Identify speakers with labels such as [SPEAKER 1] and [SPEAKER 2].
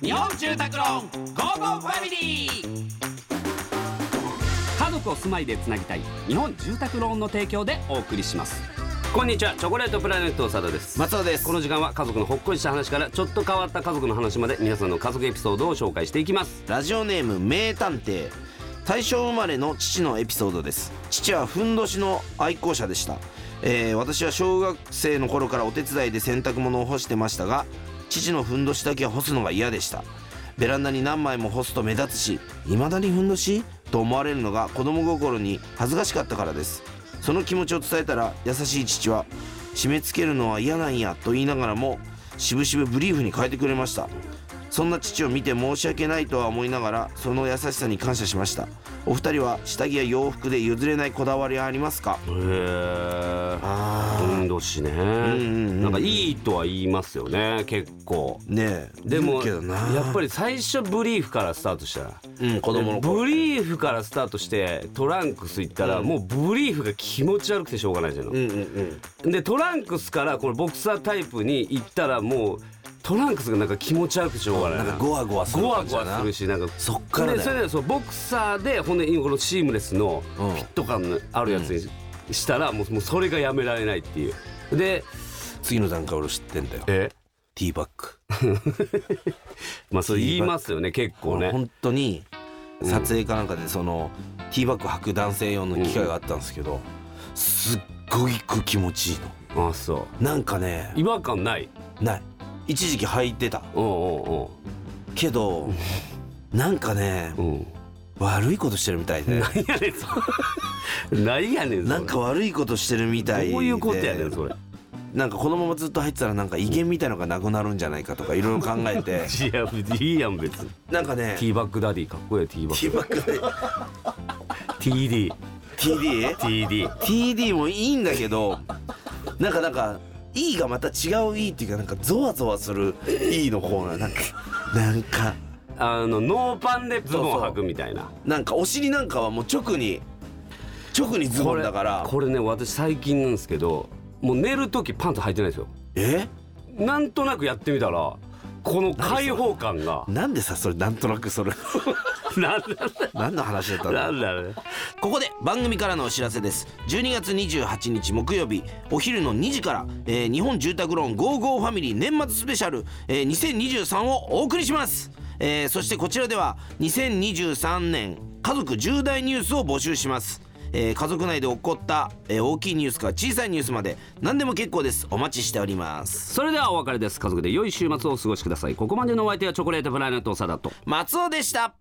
[SPEAKER 1] 日本住宅ローンゴーゴーファミリー家族を住まいでつなぎたい日本住宅ローンの提供でお送りしますこんにちはチョコレートプラネットの佐藤です
[SPEAKER 2] 松尾です
[SPEAKER 1] この時間は家族のほっこりした話からちょっと変わった家族の話まで皆さんの家族エピソードを紹介していきます
[SPEAKER 2] ラジオネーム名探偵大正生まれの父のエピソードです父はふんどしの愛好者でした、えー私は小学生の頃からお手伝いで洗濯物を干してましたが父のふんどしだけは干すのが嫌でしたベランダに何枚も干すと目立つし未だにふんどしと思われるのが子供心に恥ずかしかったからですその気持ちを伝えたら優しい父は締め付けるのは嫌なんやと言いながらもしぶしぶブリーフに変えてくれましたそんな父を見て申し訳ないとは思いながらその優しさに感謝しましたお二人は下着や洋服で譲れないこだわりはありますか
[SPEAKER 1] へえ
[SPEAKER 2] あ
[SPEAKER 1] ふんどしね、
[SPEAKER 2] ん
[SPEAKER 1] なんかいいとは言いますよね結構
[SPEAKER 2] ねえ
[SPEAKER 1] で
[SPEAKER 2] 言
[SPEAKER 1] も
[SPEAKER 2] うけどな
[SPEAKER 1] やっぱり最初ブリーフからスタートしたら
[SPEAKER 2] うん子供の頃
[SPEAKER 1] ブリーフからスタートしてトランクス行ったら、もうブリーフが気持ち悪くてしょうがないじゃない、
[SPEAKER 2] うんうん
[SPEAKER 1] でトランクスからこのボクサータイプに行ったらもうトランクスがなんか気持ち悪くてしょうがない
[SPEAKER 2] なん
[SPEAKER 1] な
[SPEAKER 2] かゴワゴワする
[SPEAKER 1] ゴワ
[SPEAKER 2] 感じ
[SPEAKER 1] ゴ
[SPEAKER 2] だな
[SPEAKER 1] ワするしなんか
[SPEAKER 2] そっからだよ
[SPEAKER 1] でそれでそうボクサーでほんで今このシームレスのフ
[SPEAKER 2] うん
[SPEAKER 1] ィット感のあるやつにしたら、もうもうそれがやめられないっていうで
[SPEAKER 2] 次の段階俺知ってんだよ
[SPEAKER 1] え
[SPEAKER 2] ティーバッグ
[SPEAKER 1] まあそれ言いますよね結構ね
[SPEAKER 2] 本当に撮影かなんかでそのティーバッグ履く男性用の機械があったんですけどすっごい気持ちいいの
[SPEAKER 1] あそ
[SPEAKER 2] なんかね
[SPEAKER 1] う違和感ない
[SPEAKER 2] ない一時期履いてた
[SPEAKER 1] うんうん
[SPEAKER 2] けどなんかね
[SPEAKER 1] うん うん
[SPEAKER 2] 悪いことしてるみたい で
[SPEAKER 1] 何やねんそれ何やねんそれ
[SPEAKER 2] なんか悪いことしてるみたいで
[SPEAKER 1] どういうことやねんそれ
[SPEAKER 2] なんかこのままずっと入ってたらなんか威厳みたいのがなくなるんじゃないかとかいろいろ考え て
[SPEAKER 1] いや別にいいやん別に
[SPEAKER 2] なんかね
[SPEAKER 1] ティーバッグダディかっこいいよティーバッグ
[SPEAKER 2] ティーバッグで
[SPEAKER 1] TD
[SPEAKER 2] TD?
[SPEAKER 1] TD
[SPEAKER 2] TD もいいんだけどなんかなんか E がまた違う E っていうかなんかゾワゾワする E の方ななんかなんか
[SPEAKER 1] あのノーパンでズボンを履くみたいな
[SPEAKER 2] なんかお尻なんかはもう直に直にズボンだから
[SPEAKER 1] これこれね私最近なんですけどもう寝る時パンツ履いてないんですよ
[SPEAKER 2] え
[SPEAKER 1] なんとなくやってみたらこの開放感が
[SPEAKER 2] なんでさそれなんとなくそれ
[SPEAKER 1] なん
[SPEAKER 2] 何の話だった
[SPEAKER 1] だ
[SPEAKER 2] ん
[SPEAKER 1] な
[SPEAKER 2] だ
[SPEAKER 1] んだろうね
[SPEAKER 2] ここで番組からのお知らせです12月28日木曜日お昼の2時から、えー日本住宅ローン55ファミリー年末スペシャル、えー2023をお送りします、えーそしてこちらでは2023年家族重大ニュースを募集しますえー家族内で起こった、えー大きいニュースから小さいニュースまで何でも結構ですお待ちしております
[SPEAKER 1] それではお別れです家族で良い週末をお過ごしくださいここまでのお相手はチョコレートプラネット長田と
[SPEAKER 2] 松尾でした